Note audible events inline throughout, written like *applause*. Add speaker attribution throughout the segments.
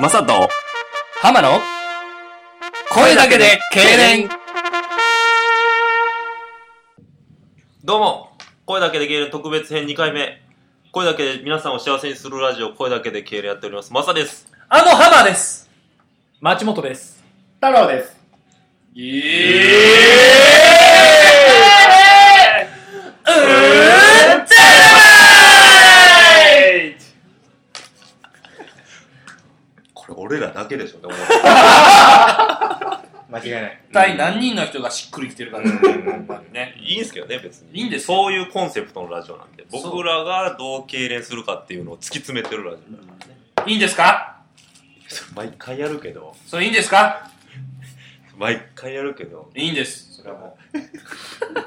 Speaker 1: マサト、
Speaker 2: 浜野声だけで痙攣
Speaker 3: どうも、声だけで痙攣特別編2回目。声だけで皆さんを幸せにするラジオ、声だけで痙攣やっております。マサです。
Speaker 2: あの浜です町本です
Speaker 4: 太郎です。
Speaker 3: これ俺らだけでしょ、でも。
Speaker 4: 間違いない。
Speaker 2: 一体何人の人がしっくりきてるかねね
Speaker 3: いいんすけどね、別に。
Speaker 2: いいんですよ
Speaker 3: そういうコンセプトのラジオなんで、僕らがどう痙攣するかっていうのを突き詰めてるラジオ
Speaker 2: *laughs*
Speaker 3: だからね。
Speaker 2: いいんですか
Speaker 3: 毎回やるけど、
Speaker 2: それいいんですか
Speaker 3: 毎回やるけど、
Speaker 2: いいんです
Speaker 4: それはも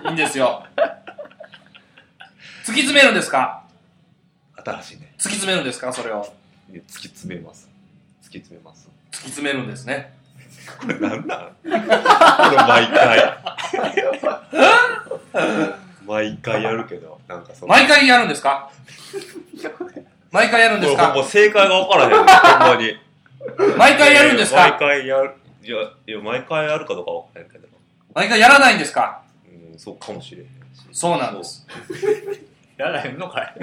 Speaker 2: いいんですよ突き詰めるんですか
Speaker 3: 新しいね。
Speaker 2: 突き詰めるんですかそれを
Speaker 3: 突き詰めます。突き詰めます。
Speaker 2: 突き詰めるんですね
Speaker 3: これなんなんこれ毎
Speaker 2: *laughs*
Speaker 3: 回。毎回やるけど、なんかその。
Speaker 2: 毎回やるんですか毎回やるんです
Speaker 3: これほん
Speaker 2: か
Speaker 3: ま正解が分からへん。ほんまに。
Speaker 2: 毎回やるんです
Speaker 3: 毎
Speaker 2: か
Speaker 3: 回やる。いや、いや毎回やるかどうか分からへんけど。
Speaker 2: 毎回やらないんですか
Speaker 3: うん、そうかもしれへんし。
Speaker 2: そうなんです
Speaker 4: う。やらへんのかい。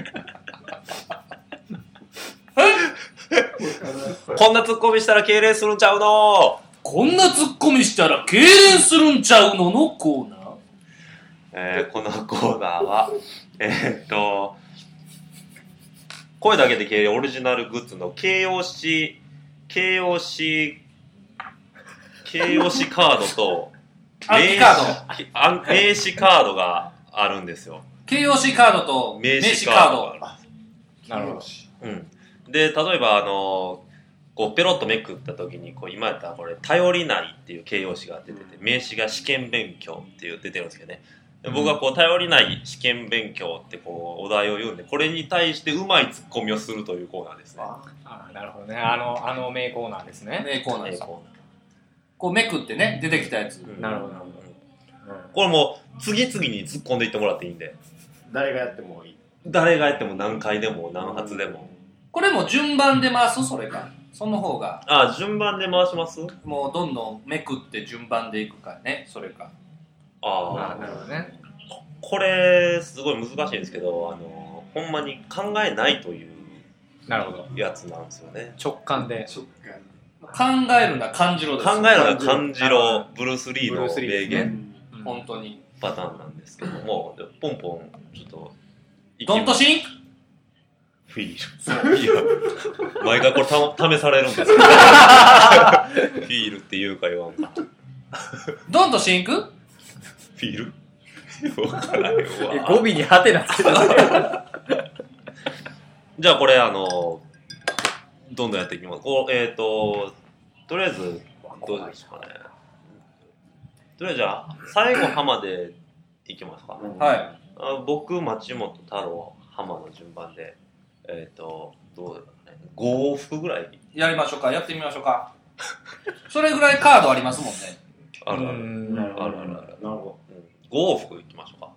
Speaker 3: こんなツッコミしたら敬礼するんちゃうの
Speaker 2: こんなツッコミしたら痙攣するんちゃうののコーナー
Speaker 3: えー、このコーナーは、えー、っと、声だけで敬礼オリジナルグッズの形容詞、形容詞、形容詞カード
Speaker 2: *laughs*
Speaker 3: と、
Speaker 2: 暗記カード
Speaker 3: 名詞あん名詞カードがあるんですよ。
Speaker 2: 形容詞カードと名詞カード。
Speaker 3: があ
Speaker 4: なるほど。
Speaker 3: る。うん。で、例えば、あの、こう、ペロッとめくった時に、こう、今やったらこれ、頼りないっていう形容詞が出てて、名詞が試験勉強っていう出てるんですけどね。で僕はこう、頼りない試験勉強ってこう、お題を言うんで、これに対してうまいツッコミをするというコーナーですね。
Speaker 4: ああ、なるほどね。あの、あの名コーナーですね。
Speaker 2: 名コーナー
Speaker 3: え
Speaker 2: で
Speaker 3: ー
Speaker 2: す
Speaker 3: コ
Speaker 2: こうめくってね、出てきたやつ。
Speaker 3: ーナー
Speaker 4: なるほどなるほど
Speaker 3: うん
Speaker 4: うん
Speaker 3: これもう、次々に突っ込んでいってもらっていいんで。
Speaker 4: 誰がやってもいい。
Speaker 3: 誰がやっても何回でも何発でも。
Speaker 2: これも順番で回すそれか。その方が、
Speaker 3: あ、順番で回します
Speaker 2: もうどんどんめくって順番でいくかね、それか。
Speaker 3: あ
Speaker 4: あ
Speaker 3: あ
Speaker 4: あ、。なるほどね。
Speaker 3: これすごい難しいんですけどあのほんまに考えないという
Speaker 4: なるほど。
Speaker 3: やつなんですよね
Speaker 4: 直感で。
Speaker 2: 考えるな感じろです。
Speaker 3: 考えるのが
Speaker 4: 感
Speaker 3: 感
Speaker 4: じ
Speaker 3: じ
Speaker 4: ろ
Speaker 3: ろブルース・リーの
Speaker 4: ブルースリーで
Speaker 3: 名
Speaker 4: すね
Speaker 3: 言
Speaker 2: 本当に。
Speaker 3: パターンなんですけども、でポンポンちょっと
Speaker 2: ドンとシン
Speaker 3: フィールいや毎回これた試されるんですよフィールって言うか言わんかフ
Speaker 2: ドンとシンク
Speaker 3: ィール分からへん
Speaker 4: え
Speaker 3: わ
Speaker 4: 語尾にハテナつけた。
Speaker 3: じゃあこれあのどんどんやっていきますこうえっ、ととりあえずどうですかねとりあえずじゃあ最後浜でいきますか、
Speaker 2: は
Speaker 3: あ僕町本太郎浜の順番でえっ、とどうだろうね5往復ぐらい
Speaker 2: い。やりましょうか。やってみましょうか。それぐらいカードありますもんね。
Speaker 3: あるあ
Speaker 4: う
Speaker 3: る、
Speaker 4: ん
Speaker 3: あるあるあるある
Speaker 5: なるほ
Speaker 3: うん、5往復いきましょうか、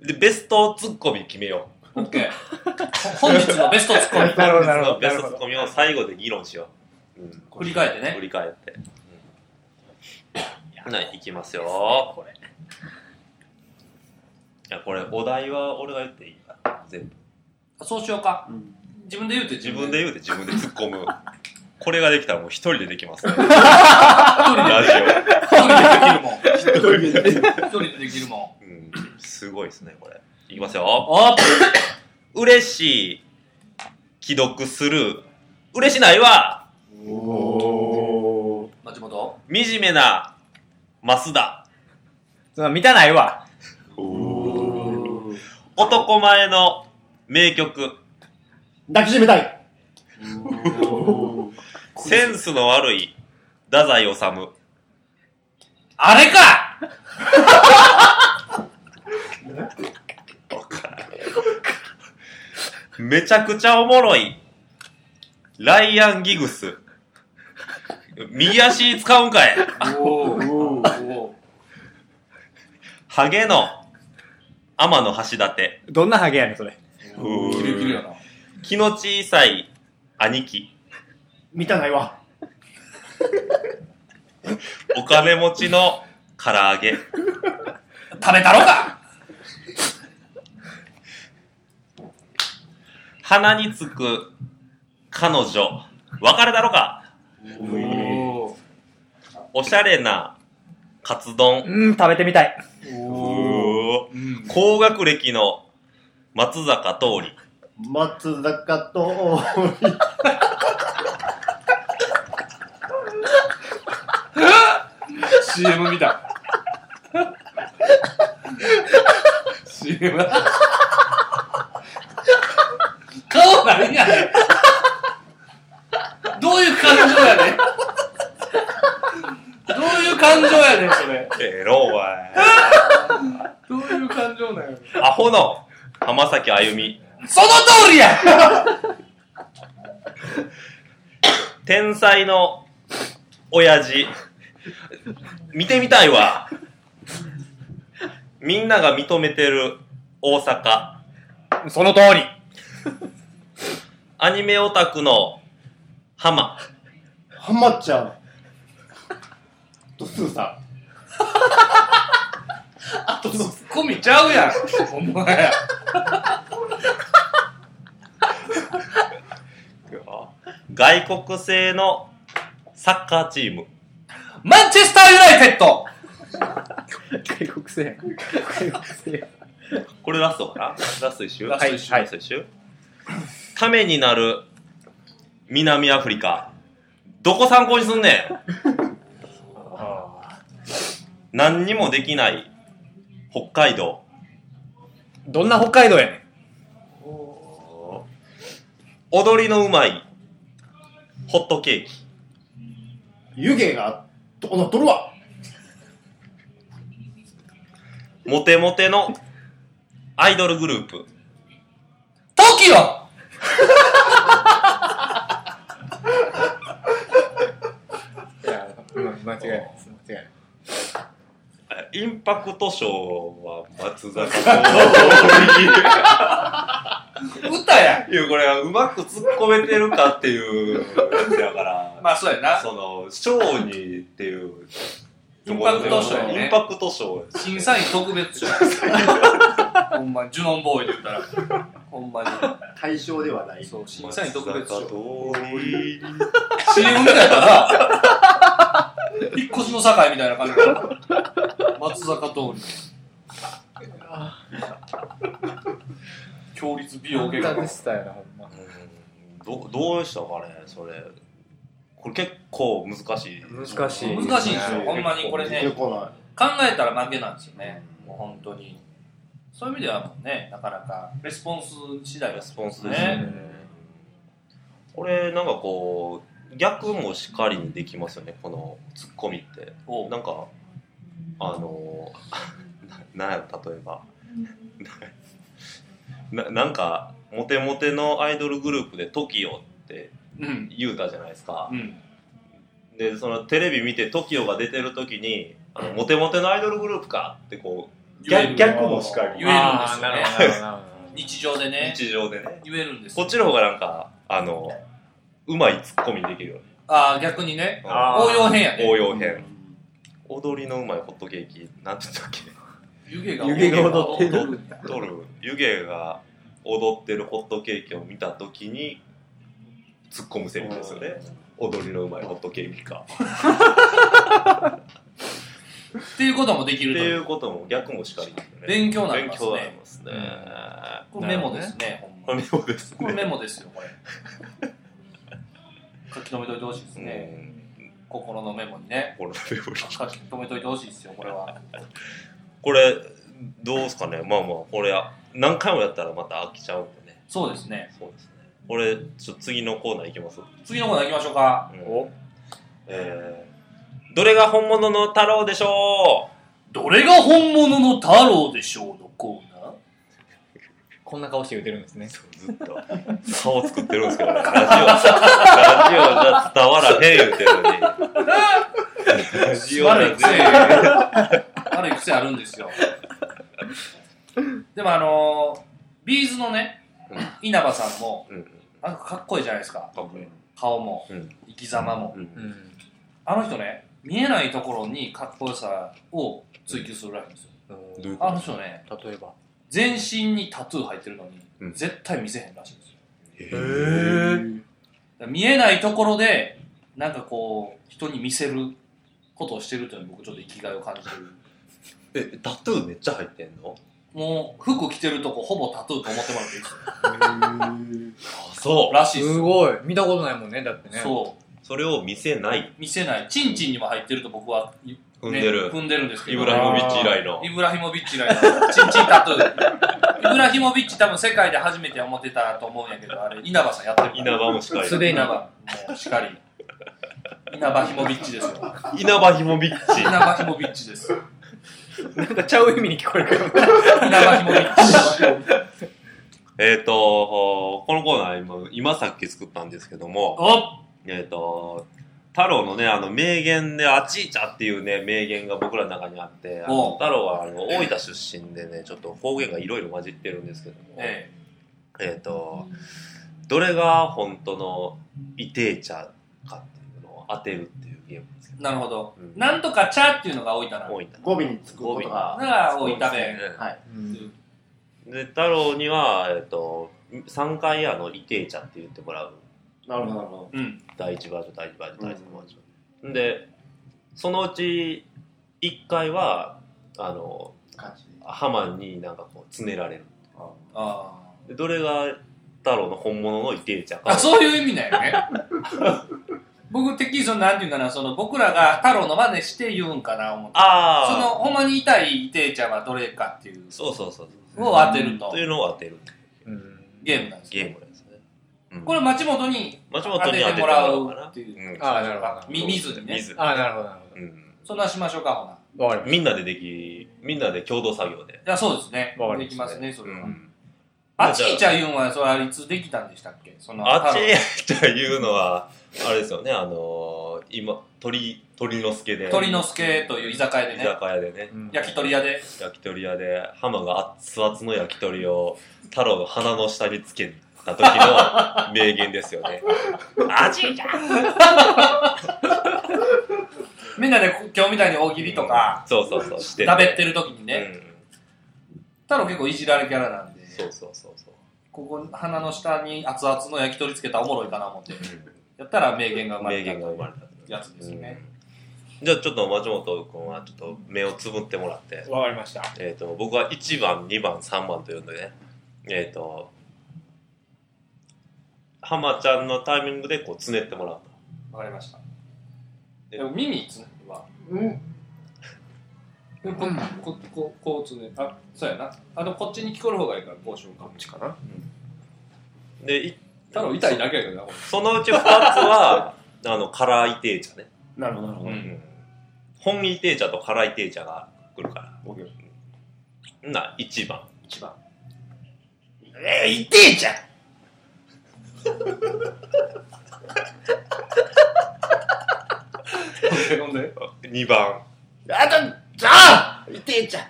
Speaker 5: ど。
Speaker 3: でベストツッコミ決めよう
Speaker 2: オッケー。本日のベストツッコミ。
Speaker 4: なるほど、なるほど。
Speaker 3: ベストツッコミを最後で議論しよう、うん
Speaker 2: 振り返ってね
Speaker 3: 振。り返って。うん、はい、いきますよ。これ。いや、これ、お題は俺が言っていいから、全部。
Speaker 2: そうしようか。自分で言うて
Speaker 3: 自分で言うて自分で突っ込む。 *laughs* これができたらもう一人でできますね。
Speaker 2: 一人で
Speaker 3: ラジオ。
Speaker 2: 一人でできるもん。一人でできるもん。
Speaker 3: うん、すごいですね、これ。いきます
Speaker 2: *laughs*
Speaker 3: よ。
Speaker 2: おっ
Speaker 3: 嬉しい。既読する。嬉しないわ。
Speaker 5: おー。
Speaker 2: 松本
Speaker 3: 惨めな。マスだ。
Speaker 4: そんな満たないわ。
Speaker 5: おー。
Speaker 3: 男前の名曲。
Speaker 5: 抱きしめたい。
Speaker 3: センスの悪い。太宰治。
Speaker 2: あれか
Speaker 3: めちゃくちゃおもろい。ライアン・ギグス。右足使うんかい。
Speaker 2: お
Speaker 5: お
Speaker 2: お
Speaker 3: ハゲの天の橋立て。
Speaker 4: どんなハゲやねん、それ。
Speaker 2: キレキレやな。
Speaker 3: 気の小さい兄貴。
Speaker 5: 満たないわ。
Speaker 3: お金持ちの唐揚げ。
Speaker 2: 食べたろか
Speaker 3: 鼻につく彼女。別れだろか
Speaker 2: お
Speaker 3: おしゃれなカツ丼。
Speaker 4: うん、食べてみたい。
Speaker 3: うー
Speaker 2: うん
Speaker 3: 高学歴の松坂桃李。
Speaker 5: 松坂と、
Speaker 2: CM 見た CM 顔何やねんどういう感情やねんどういう感情やねんそれ
Speaker 3: えろお前。
Speaker 2: どういう感情なんや
Speaker 3: アホの浜崎あゆみ。
Speaker 2: その通りや
Speaker 3: 天才の親父。見てみたいわ。みんなが認めてる大阪。
Speaker 4: その通り。
Speaker 3: アニメオタクの浜。
Speaker 5: ハマちゃんとスーさ
Speaker 2: あとツッコミちゃうやんお前
Speaker 3: 外国製のサッカーチーム。
Speaker 2: マンチェスターユナイテッド
Speaker 4: 外国製。外国製。
Speaker 3: これラストかなラスト一周
Speaker 2: ラスト一周
Speaker 3: はい、ラスト一周ためになる南アフリカ。どこ参考にすんねん何にもできない北海道。
Speaker 4: どんな北海道やねん。
Speaker 3: 踊りのうまいホットケーキ。
Speaker 5: ん、湯気が踊っとるわ。
Speaker 3: モテモテのアイドルグループ。
Speaker 2: TOKIO
Speaker 4: いや、間違いないです。間違いない。
Speaker 3: インパクト賞は松坂桃
Speaker 2: 歌や
Speaker 3: 李。いや、これはうまく突っ込めてるかっていうやつやから。
Speaker 2: まあそうやな
Speaker 3: その、賞にっていう。
Speaker 2: インパクト賞ね
Speaker 3: インパクト賞ですね
Speaker 2: 審査員特別賞ほんまジュノンボーイで言ったらほんまに
Speaker 5: 対象ではない。
Speaker 2: そう審査員特別賞
Speaker 3: 松坂桃李
Speaker 2: CM みたいだな引っ越しの境みたいな感じかな松坂桃李強立美容外科
Speaker 4: でしたよな、ほんま。
Speaker 3: どどうでしたかね、それ。これ結構難しい。
Speaker 4: 難しい
Speaker 2: 難しいんですよほんまにこれね
Speaker 5: 出てこない。
Speaker 2: 考えたら負けなんですよねもう本当にそういう意味ではもうねなかなかレスポンス次第
Speaker 3: レ
Speaker 2: は
Speaker 3: スポンスですね
Speaker 2: ね。
Speaker 3: これなんかこう逆もしかりにできますよねこのツッコミって
Speaker 2: おう
Speaker 3: なんかあの *laughs* ななんやろ例えば *laughs* ななんかモテモテのアイドルグループで TOKIO って
Speaker 2: うん
Speaker 3: 言うたじゃないですか
Speaker 2: うん
Speaker 3: でそのテレビ見て TOKIO が出てる時にあのモテモテのアイドルグループかってこう逆逆もしかり
Speaker 2: 言えるんですよね
Speaker 4: あーなるほどなるほど
Speaker 2: 日常でね
Speaker 3: 日常でね
Speaker 2: 言えるんです
Speaker 3: こ
Speaker 2: よ
Speaker 3: っちの方がなんかあのうまいツッコミできるよね
Speaker 2: ああ逆にね
Speaker 4: あー
Speaker 2: 応用編やね
Speaker 3: 応用編踊りのうまいホットケーキなんて言ったっけ
Speaker 2: 湯気が
Speaker 4: 湯気が踊ってる
Speaker 2: 踊る
Speaker 3: ドル湯気が踊ってるホットケーキを見た時に突っ込むセリフですよね踊りのうまいホットケーキかっ
Speaker 2: っていうこともでき
Speaker 3: て
Speaker 2: ると
Speaker 3: い
Speaker 2: いう
Speaker 3: うことも逆もしかりですよね
Speaker 2: 勉強になりますね
Speaker 3: 勉強になりますね
Speaker 2: これメモですね
Speaker 3: こ
Speaker 2: ほんま
Speaker 3: れメモですね
Speaker 2: これメモですよこれ書き留めといてほしいですね
Speaker 3: うん
Speaker 2: 心のメモにね
Speaker 3: これメモ
Speaker 2: 書き留めといてほしいですよこれは
Speaker 3: これどうですかねまあまあこれ何回もやったらまた飽きちゃうんでね
Speaker 2: そうですね
Speaker 3: そうですねこれちょっと次のコーナーいきます
Speaker 2: 次のコーナー行きましょうか
Speaker 4: *laughs* お
Speaker 3: えーどれが本物の太郎でしょ
Speaker 2: どれが本物の太郎でしょうのコーナー
Speaker 4: こんな顔して言うてるんですね。
Speaker 3: うずっと顔作ってるんですけどね、ラジオ、ラジオじゃ伝わらへん言うてるのに。ラジオじゃ
Speaker 2: 悪い癖
Speaker 3: 全員
Speaker 2: 悪い癖あるんですよでもあのー、ビーズのね
Speaker 3: うん
Speaker 2: 稲葉さんも
Speaker 3: うん
Speaker 2: なんかかっこいいじゃないですか
Speaker 3: かっこいい。
Speaker 2: 顔も、
Speaker 3: うん
Speaker 2: 生き様も
Speaker 3: う。
Speaker 4: うんん
Speaker 2: あの人ね見えないところにかっこよさを追求するらしいんですよ
Speaker 3: どういうこ
Speaker 2: あの
Speaker 3: と
Speaker 2: 人ね
Speaker 4: 例えば
Speaker 2: 全身にタトゥー入ってるのに、
Speaker 3: うん
Speaker 2: 絶対見せへんらしいんですよ
Speaker 3: へ
Speaker 4: ー
Speaker 2: だから見えないところでなんかこう人に見せることをしてるというのに僕ちょっと生きがいを感じてる
Speaker 3: え、タトゥーめっちゃ入ってんの
Speaker 2: もう服着てるとこほぼタトゥーと思ってもらっていいですよ
Speaker 3: あ、そ
Speaker 2: らしいですす
Speaker 4: ごい見たことないもんねだってね
Speaker 2: そう
Speaker 3: う。それを見せない。
Speaker 2: 見せないチンチンにも入ってると僕は、ね、
Speaker 3: 踏んでる。
Speaker 2: 踏んでるんですけ
Speaker 3: イ
Speaker 2: ど
Speaker 3: ブラヒモビッチ以来の
Speaker 2: イ。ブラヒモビッチ以来のチンチンタトゥーイブラヒモビッチ多分世界で初めて思ってたと思うんやけどあれ稲葉さんやってるから
Speaker 3: 稲葉もしか
Speaker 4: す
Speaker 3: り。
Speaker 4: でに
Speaker 2: 稲葉もうしかり稲葉ヒモビッチ *laughs* ですよ
Speaker 3: 稲葉ヒモビッチ
Speaker 2: 稲。葉ヒモビッチです
Speaker 4: なんかちゃう意味に聞こえるけど
Speaker 2: 稲葉ヒモビッチ
Speaker 3: えっと、このコーナー今、今さっき作ったんですけども、
Speaker 2: *laughs* お
Speaker 3: えっと、太郎のね、あの、名言で、あちいちゃっていうね、名言が僕らの中にあって、あの
Speaker 2: おう
Speaker 3: 太郎はあの大分出身でね、ちょっと方言がいろいろ混じってるんですけども、え
Speaker 2: え
Speaker 3: っと、どれが本当のイテーチャかっていうのを当てるっていうゲームですけ
Speaker 2: えなるほど
Speaker 3: うん
Speaker 2: なんとかチャっていうのが多いかな
Speaker 3: ど、大分。
Speaker 5: 語尾につくことが。
Speaker 2: だから多いため
Speaker 5: はい。
Speaker 4: うん
Speaker 3: で、太郎には、えっと、3回あの、イテーチャって言ってもらう。
Speaker 5: なるほど、なるほど。
Speaker 2: うん
Speaker 3: 第1バージョン第2バージョン第3バージョン、でそのうち1回はあの
Speaker 5: 感じで。
Speaker 3: ハマになんかこうつねられる
Speaker 5: あ
Speaker 2: あ
Speaker 3: でどれが太郎の本物のイテーチャ
Speaker 2: あ
Speaker 3: か
Speaker 2: そういう意味だよね *laughs* 僕的にそのなんていうかなその僕らが太郎の真似して言うんかな思ってその
Speaker 3: ああ
Speaker 2: ほんまに痛いイテイちゃんはどれかっていう
Speaker 3: そうそうそうそう
Speaker 2: のを当てると
Speaker 3: というのを当てる
Speaker 4: うん
Speaker 2: ゲームなんです
Speaker 3: ゲ
Speaker 2: よ
Speaker 3: ームですね、うん
Speaker 2: これ町本に
Speaker 3: 松
Speaker 2: 当
Speaker 3: 本に
Speaker 2: て
Speaker 3: 当
Speaker 2: て
Speaker 3: てて
Speaker 2: も
Speaker 3: も
Speaker 2: ら
Speaker 3: らおう
Speaker 2: う
Speaker 3: かな
Speaker 2: っていう
Speaker 3: うん
Speaker 4: ああなるほどなるほ
Speaker 2: み見ずにね
Speaker 3: 見ず
Speaker 4: あなるほどなる
Speaker 3: うん
Speaker 2: そんなんしましょうかほな
Speaker 4: ほどわかりました
Speaker 3: みんなでできみんなで共同作業で、
Speaker 2: いやそうですね
Speaker 4: わか
Speaker 2: で
Speaker 4: り
Speaker 2: き
Speaker 4: ま
Speaker 2: ま
Speaker 4: した
Speaker 2: すねそれは、
Speaker 3: うん
Speaker 2: あっちいちゃん言うんはそれはいつできたんでしたっけその
Speaker 3: あっち
Speaker 2: 太郎
Speaker 3: ーっていうのはあれですよねあのー、今鳥鳥之助で
Speaker 2: 鳥之助という居酒屋で
Speaker 3: 居
Speaker 2: ね
Speaker 3: 酒屋でね、
Speaker 4: うん
Speaker 2: 焼き鳥屋で
Speaker 3: 焼き鳥屋でハマが熱々の焼き鳥を太郎の鼻の下につけた時の名言ですよ
Speaker 2: *laughs*
Speaker 3: ね味じゃん
Speaker 2: みんなで今日みたいに大喜利とか、
Speaker 3: そうそうそうして
Speaker 2: 食べってる時にね、
Speaker 3: ね、
Speaker 2: 太郎結構いじられキャラなんで
Speaker 3: うん、そうそうそうそう
Speaker 2: ここ鼻の下に熱々の焼き鳥つけたらおもろいかな思って
Speaker 3: う
Speaker 2: やったら名言が生
Speaker 3: ん
Speaker 2: まれ
Speaker 3: 名
Speaker 2: た
Speaker 3: 言が生まれた
Speaker 2: やつですよね、
Speaker 3: うんじゃあちょっと松本君はちょっと目をつぶってもらって、
Speaker 4: わかりました
Speaker 3: えー、と僕は1番2番3番と呼んでねえっ、と浜ちゃんのタイミングでこうつねってもらうと
Speaker 2: わかりました
Speaker 3: で
Speaker 2: でも耳つねは
Speaker 5: うん。
Speaker 2: でもここここうつねあそうやなあのこっちに聞こえる方がいいからこうしようか
Speaker 4: こっちかな
Speaker 3: でい
Speaker 2: 太郎痛いだけやけどなこ
Speaker 3: そのうち2つはあのカラーイテーチャね、
Speaker 5: なるほど、なるほ
Speaker 2: れ
Speaker 5: ど。
Speaker 3: 本イテーチャとカラーイテーチャが来るから
Speaker 5: オッケー
Speaker 3: うんな1番
Speaker 5: 一番。えー、痛えじゃん
Speaker 2: ほん *laughs* で
Speaker 3: 2番
Speaker 5: あと、じゃあ痛えじゃん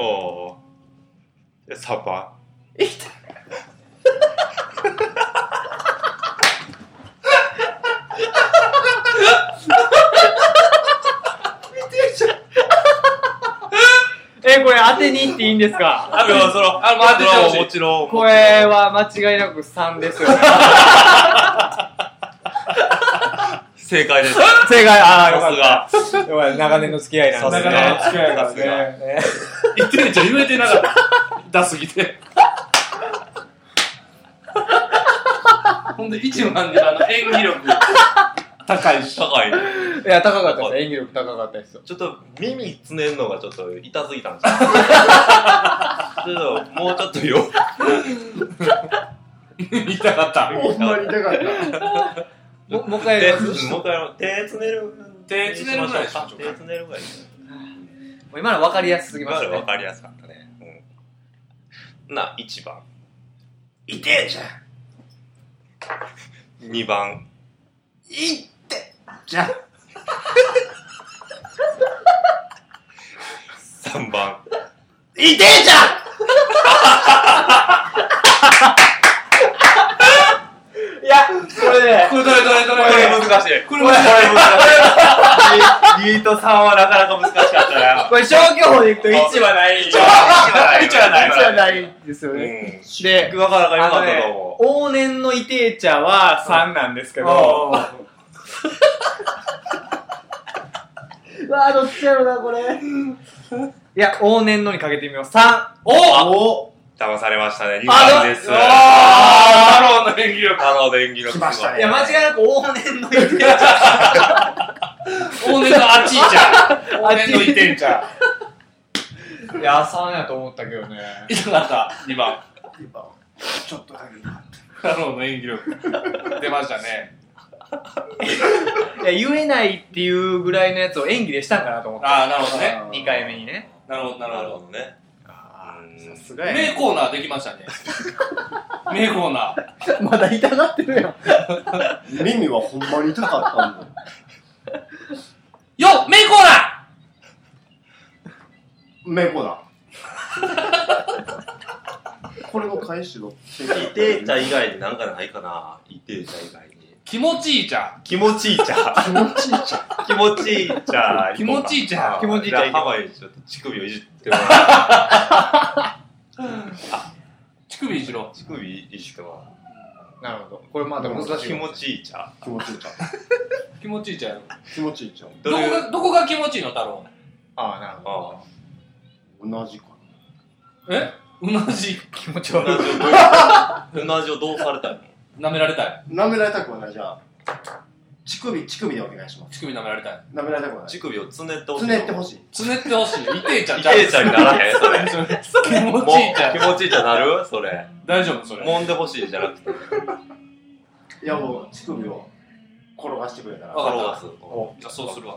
Speaker 3: おー3番
Speaker 4: えこれ当てに行っていいんですか
Speaker 3: あもうその
Speaker 2: あもう当ててほしい
Speaker 3: もちろん
Speaker 4: これは間違いなく3です *laughs* よね
Speaker 3: 正解です
Speaker 4: 正解ああよ
Speaker 3: さ
Speaker 4: か
Speaker 3: す
Speaker 4: っ
Speaker 3: が
Speaker 4: たよかった長年の付き合いなんで
Speaker 3: さすが
Speaker 4: 長年の付き合い
Speaker 3: さすが
Speaker 4: なんでね
Speaker 2: 言ってるじゃん言えてなかった出すぎてほんで一番であの演技力高いし
Speaker 3: 高いね
Speaker 4: いや、高かったです。演技力高かったですよ。
Speaker 3: ちょっと耳つねんのがちょっと痛すぎたんですよ。 *laughs* ちょっともうちょっとよ。
Speaker 2: 痛かった
Speaker 5: ほんまに痛かった。
Speaker 4: ももう一回
Speaker 3: 手
Speaker 4: やり
Speaker 3: う
Speaker 4: ます
Speaker 3: んもう一回やろう手つねる。
Speaker 2: 手つねるぐらいにしましょうか
Speaker 3: 手つねるぐらい。
Speaker 4: もう今の分かりやすすぎま
Speaker 3: 今
Speaker 4: し
Speaker 3: の
Speaker 4: た
Speaker 3: 分
Speaker 4: ね。
Speaker 3: かりやすかったね。うん、な一番。痛えじゃん。二番。
Speaker 5: いってじゃん
Speaker 3: 三番。
Speaker 5: 痛えじゃんいや、これね、
Speaker 2: これどれどれどれ
Speaker 3: これ難しい。
Speaker 4: *laughs*
Speaker 2: これ難しい
Speaker 3: しい。2と3は *laughs* なかなか難しかったな。
Speaker 4: *laughs* これ消去法でいくと1
Speaker 3: はない。一
Speaker 4: は
Speaker 3: は
Speaker 4: ない
Speaker 3: ない。
Speaker 4: んですよね。
Speaker 3: い。
Speaker 4: で、
Speaker 3: なかなか良か
Speaker 4: あの
Speaker 3: ったと
Speaker 4: ね
Speaker 3: 思、
Speaker 4: 往年のイテーチャは3なんですけど、わあどっちやろな、これ。いや、往年のにかけてみよう。3!
Speaker 5: おお
Speaker 3: う。騙されましたね。2
Speaker 4: あ
Speaker 3: 番です。
Speaker 2: あー、太郎の演技力。
Speaker 3: あの電気の
Speaker 5: 来ました
Speaker 4: い
Speaker 5: ね
Speaker 4: や、間違いなく往年のイテーチャー。
Speaker 2: 往年のあっちいちゃん。往年のいてんちゃ
Speaker 4: いや、3やと思ったけど
Speaker 2: *laughs* ん。い
Speaker 4: ね。
Speaker 2: なかった、2番。
Speaker 5: ちょっとだけな。
Speaker 2: 太郎の演技力。出ましたね。
Speaker 4: いや、言えないっていうぐらいのやつを演技でしたんかなと思った。
Speaker 2: ああ、なるほどね。
Speaker 4: 2回目にね。
Speaker 2: なるほど、な
Speaker 3: な
Speaker 2: る
Speaker 3: る
Speaker 2: ほ
Speaker 3: ほ
Speaker 2: ど。
Speaker 3: どね。
Speaker 4: さすがや
Speaker 2: 名
Speaker 4: ね。
Speaker 2: コーナーできましたね。 *laughs* 名コーナー。
Speaker 4: まだ痛がってるよ。
Speaker 5: 耳はほんまに痛かったんだよ。
Speaker 2: よっ名コーナ
Speaker 5: 猫だ。これの返しの。
Speaker 3: イテーチャ以外になんかないかな。イテーチャ以外に。
Speaker 2: ー気持ちいいじゃん。
Speaker 3: 気持ちいいちゃ。
Speaker 5: 気持ちいいじゃん。
Speaker 3: 気持ちいいちゃ。
Speaker 2: 気持ちいいちゃ
Speaker 4: 気持ちいいちゃ
Speaker 3: じあハワイちょっと乳首をいじってもらう。
Speaker 2: 乳首いじろ
Speaker 3: 乳首いじってもらう。
Speaker 4: なるほど。これまだ難しい
Speaker 3: 気
Speaker 4: よ。
Speaker 3: 持ちいいちゃ。
Speaker 5: 気持ちいいじゃん。
Speaker 2: う。気持ちいいじゃん。
Speaker 5: 気持ちいいじゃん。
Speaker 2: どこが、どこが気持ちいいの太郎。
Speaker 4: ああ、なるほど。
Speaker 3: あ
Speaker 5: 同じか
Speaker 2: えうなじ、
Speaker 4: 気持ち
Speaker 3: あ。うな
Speaker 4: 悪い。
Speaker 3: じをどう、うなじをどうされたの
Speaker 2: 舐められたい。
Speaker 5: な。舐められたくはないじゃあ。乳首、乳首でお願いしま
Speaker 2: 乳首舐められたい。
Speaker 5: す。舐められたくはない。
Speaker 3: 乳首をつねってほしい。
Speaker 5: つねってほしい。
Speaker 2: つねってほしい *laughs* よ。いてえちゃん
Speaker 3: イ
Speaker 2: じ
Speaker 3: テ
Speaker 2: ゃん。
Speaker 3: ーチャにならへんそれ。
Speaker 2: それそれ気持
Speaker 3: もう
Speaker 2: ちいいじゃん。
Speaker 3: 気持ちいいちゃなるそれ。
Speaker 2: 大丈夫それ。
Speaker 3: 揉んでほしいじゃなくて、
Speaker 5: いやもう、乳首を転がしてくれたら。
Speaker 2: あ
Speaker 3: 転がす。
Speaker 2: じゃあそうするわ。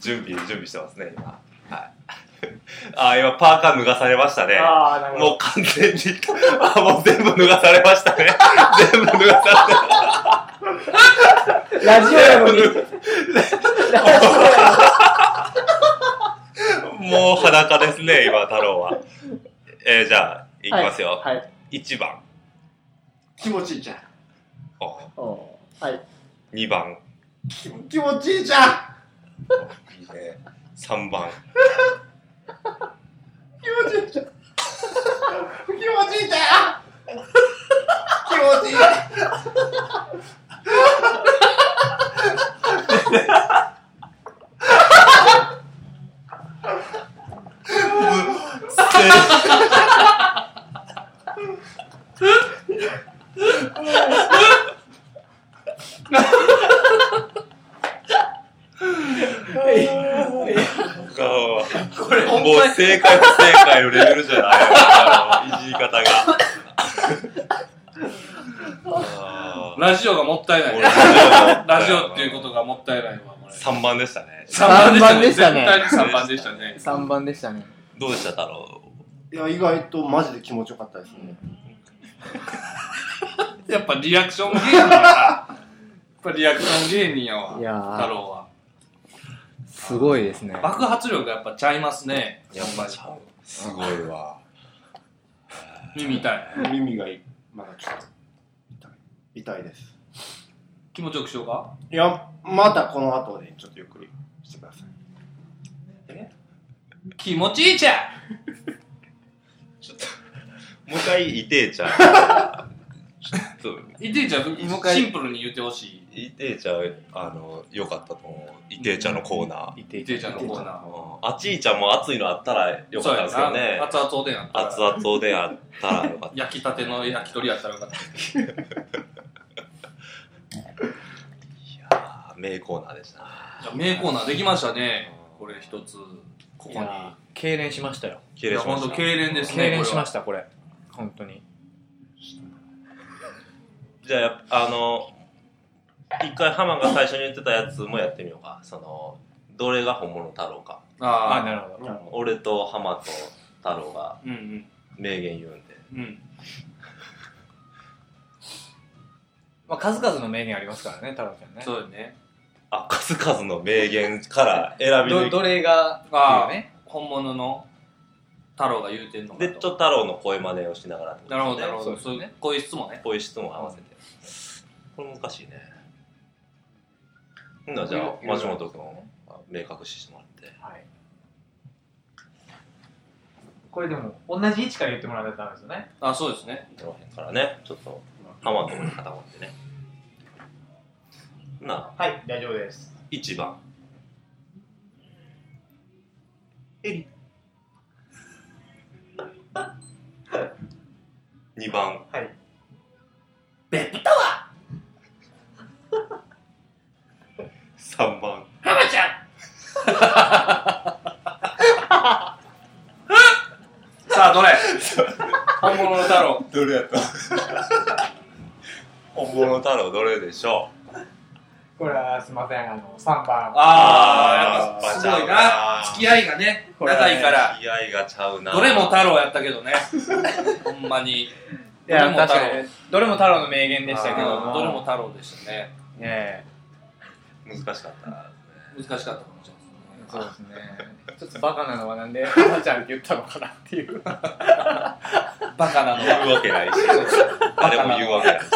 Speaker 3: 準備、準備してますね、今。はい。あ、今、パーカー脱がされましたね。
Speaker 4: ああ、なるほ
Speaker 3: もう完全に、 *laughs* あ、もう全部脱がされましたね。 *laughs* 全部脱がされた。
Speaker 4: ど。ラジオやのに。
Speaker 3: もう裸ですね、今、太郎は。えーじゃあ、いき
Speaker 4: はい
Speaker 3: ますよ。
Speaker 4: はい。
Speaker 3: 1番。
Speaker 5: 気持ちいいじゃん。
Speaker 3: あ
Speaker 4: おうはい。
Speaker 3: 2番。
Speaker 5: 気気持ちいいじゃん。
Speaker 3: いいね。3番。
Speaker 4: *laughs*
Speaker 5: 気持ちいいじゃん。気持ちいいじゃん。気持ちいい。
Speaker 3: これもう正解不正解のレベルじゃないあのいじり方があー
Speaker 2: ラジオがもったいない。ラジオっていうことがもったいないわ、これ。
Speaker 3: 3番でしたね
Speaker 4: 三番でしたね
Speaker 2: 絶対に3番でしたね。
Speaker 4: 3番でしたね。
Speaker 3: どうでした太郎
Speaker 5: いや、意外とマジで気持ちよかったですね。
Speaker 2: *laughs* やっぱリアクション芸人やな。 *laughs* やっぱリアクション芸人やわ。
Speaker 4: いやー
Speaker 2: 太郎は。
Speaker 4: すごいですね
Speaker 2: 爆発力がやっぱちゃいますね。
Speaker 3: やっぱちゃうすごいわ
Speaker 2: 耳痛い。
Speaker 5: 耳がいいまだちょっと痛い痛いです。
Speaker 2: 気持ちよくしようか
Speaker 5: いや、またこの後でちょっとゆっくりしてください。
Speaker 2: 気持ちいいじゃん
Speaker 3: もう一回いてえちゃうちょっと
Speaker 2: いてえちゃん、
Speaker 4: もう一回
Speaker 2: シンプルに言ってほし
Speaker 3: いてえちゃうあのよかったと思ういてえちゃんのコーナー、
Speaker 2: い。
Speaker 4: い
Speaker 2: いてえちゃんのコーナー。
Speaker 3: あちいちゃんも熱いのあったらよかったんですけど
Speaker 2: そうや
Speaker 3: ね
Speaker 2: な熱々おでんやった
Speaker 3: 熱
Speaker 2: ら。
Speaker 3: 々おでんあったらよかった
Speaker 2: 焼きたての焼き鳥やったらよかった。
Speaker 3: あー名コーナーでしたな
Speaker 2: じゃあ名コーナーできましたね。これ一つ、ここに。い
Speaker 4: いやー痙攣しましたよ。
Speaker 3: 綺
Speaker 2: や、
Speaker 3: 麗しま
Speaker 2: ほんと、
Speaker 3: した
Speaker 2: 痙攣です
Speaker 4: 痙
Speaker 2: ね。
Speaker 4: 攣しま
Speaker 2: し
Speaker 4: した、これ。本当に。
Speaker 3: じゃあやっぱあの一回ハマが最初に言ってたやつもやってみようかそのどれが本物太郎か
Speaker 2: た。ああ、
Speaker 4: なるほ
Speaker 5: なるほ
Speaker 3: 俺とハマと太郎が
Speaker 2: うんうん。
Speaker 3: 名言言うんで
Speaker 2: うん。
Speaker 4: まあ、数々の名言ありますからね、太郎ちゃんね。
Speaker 2: そうよね。
Speaker 3: あ数々の名言から選び抜
Speaker 4: ど
Speaker 3: いて
Speaker 4: どれが、っていうね。
Speaker 2: 本物の太郎が言うてんのか
Speaker 3: で
Speaker 2: と
Speaker 3: ちょっと太郎の声真似をしながらってこと
Speaker 2: な
Speaker 3: ですね
Speaker 2: るほどなるほ
Speaker 4: そう
Speaker 2: ど
Speaker 4: です
Speaker 2: そう
Speaker 4: ね
Speaker 2: いうこういう質問ね
Speaker 3: こういう質問を合わせてこれ難しいねほんならじゃあ
Speaker 4: いろいろ
Speaker 3: 松本君を明確にしてもらって
Speaker 4: はい。これでも、同じ位置から言ってもらわないとダメですよね。
Speaker 2: あそうですね
Speaker 3: この辺からねちょっと浜のところに固まってねほんなら
Speaker 5: はい、大丈夫です。
Speaker 3: 1番
Speaker 5: エ
Speaker 3: *laughs*
Speaker 5: リ。
Speaker 3: 2番
Speaker 5: はい。
Speaker 3: 3番
Speaker 5: 浜ちゃん
Speaker 2: さあどれ *laughs* 本物の太郎
Speaker 3: どれやった本物の太郎どれでしょう
Speaker 4: これは、すみません、あの、3番。
Speaker 2: ああやっぱすごい
Speaker 3: やっぱちゃう
Speaker 2: な
Speaker 3: な
Speaker 2: 付き合いがね
Speaker 4: これ
Speaker 2: 長いから
Speaker 3: 気合がちゃうな
Speaker 2: どれも太郎やったけ *laughs* どねほんまに
Speaker 4: いや、
Speaker 2: どれも
Speaker 4: 確
Speaker 2: 太郎
Speaker 4: かに。どれも太郎の名言でしたけど
Speaker 2: あー
Speaker 4: も。
Speaker 2: どれも。太郎でしたね
Speaker 4: ねえ。
Speaker 3: 難しかったですね
Speaker 2: 難しかったかもしれないですね
Speaker 4: そうですね。ちょっとバカなのはなんで、浜ちゃんって言ったのかなっていう。
Speaker 2: バカなの
Speaker 3: 言うわけないし誰も言うわけないし、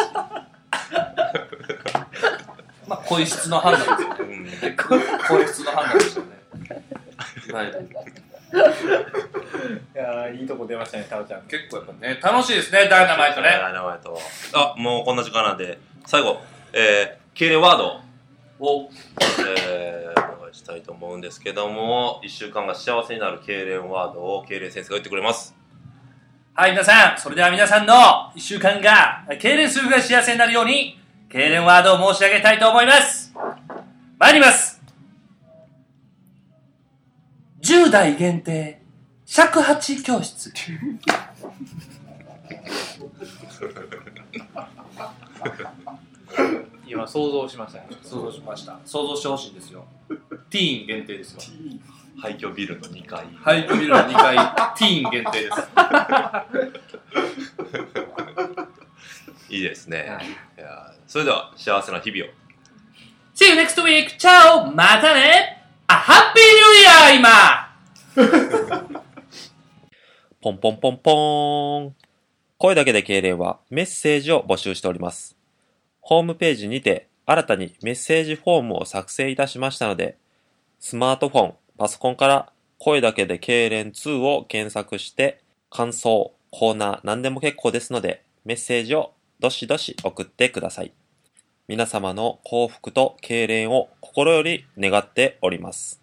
Speaker 2: まあ、声質の判断ですよね。
Speaker 3: うん
Speaker 2: *laughs* 声質の判断ですよね。はい、
Speaker 4: いやーいいとこ出ましたね、太郎ちゃん。
Speaker 2: 結構やっぱね、楽しいですね、ダイナマイトね。
Speaker 3: 名前と。あ、もうこんな時間なんで、最後、えー、敬礼ワードを、えー、お願いしたいと思うんですけども、一週間が幸せになる敬礼ワードを敬礼先生が言ってくれます。
Speaker 2: はい、皆さん、それでは皆さんの一週間が、経連するが幸せになるように、経連ワードを申し上げたいと思います。参ります。10代限定、尺八教室。
Speaker 4: 今、想像しましたね。
Speaker 2: 想像しました。想像してほしいんですよ。 *laughs* ティーン限定ですよ。
Speaker 3: 廃墟ビルの2階。 *laughs*
Speaker 2: 廃墟ビルの2階、ティーン限定です。
Speaker 3: いいですね。いやーそれでは、幸せな日々を。
Speaker 2: See you next week! チャオまたねあ、ハッピーニューイヤー今
Speaker 3: ポンポンポンポーン。声だけで敬礼はメッセージを募集しております。ホームページにて新たにメッセージフォームを作成いたしましたので、スマートフォン、パソコンから声だけで敬礼2を検索して、感想、コーナー、何でも結構ですので、メッセージをどしどし送ってください。皆様の幸福と敬礼を心より願っております。